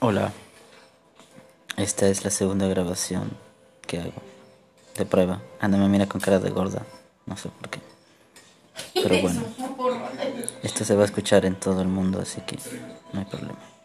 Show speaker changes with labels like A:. A: Hola, esta es la segunda grabación que hago de prueba. Ana me mira con cara de gorda, no sé por qué. Pero bueno, esto se va a escuchar en todo el mundo, así que no hay problema.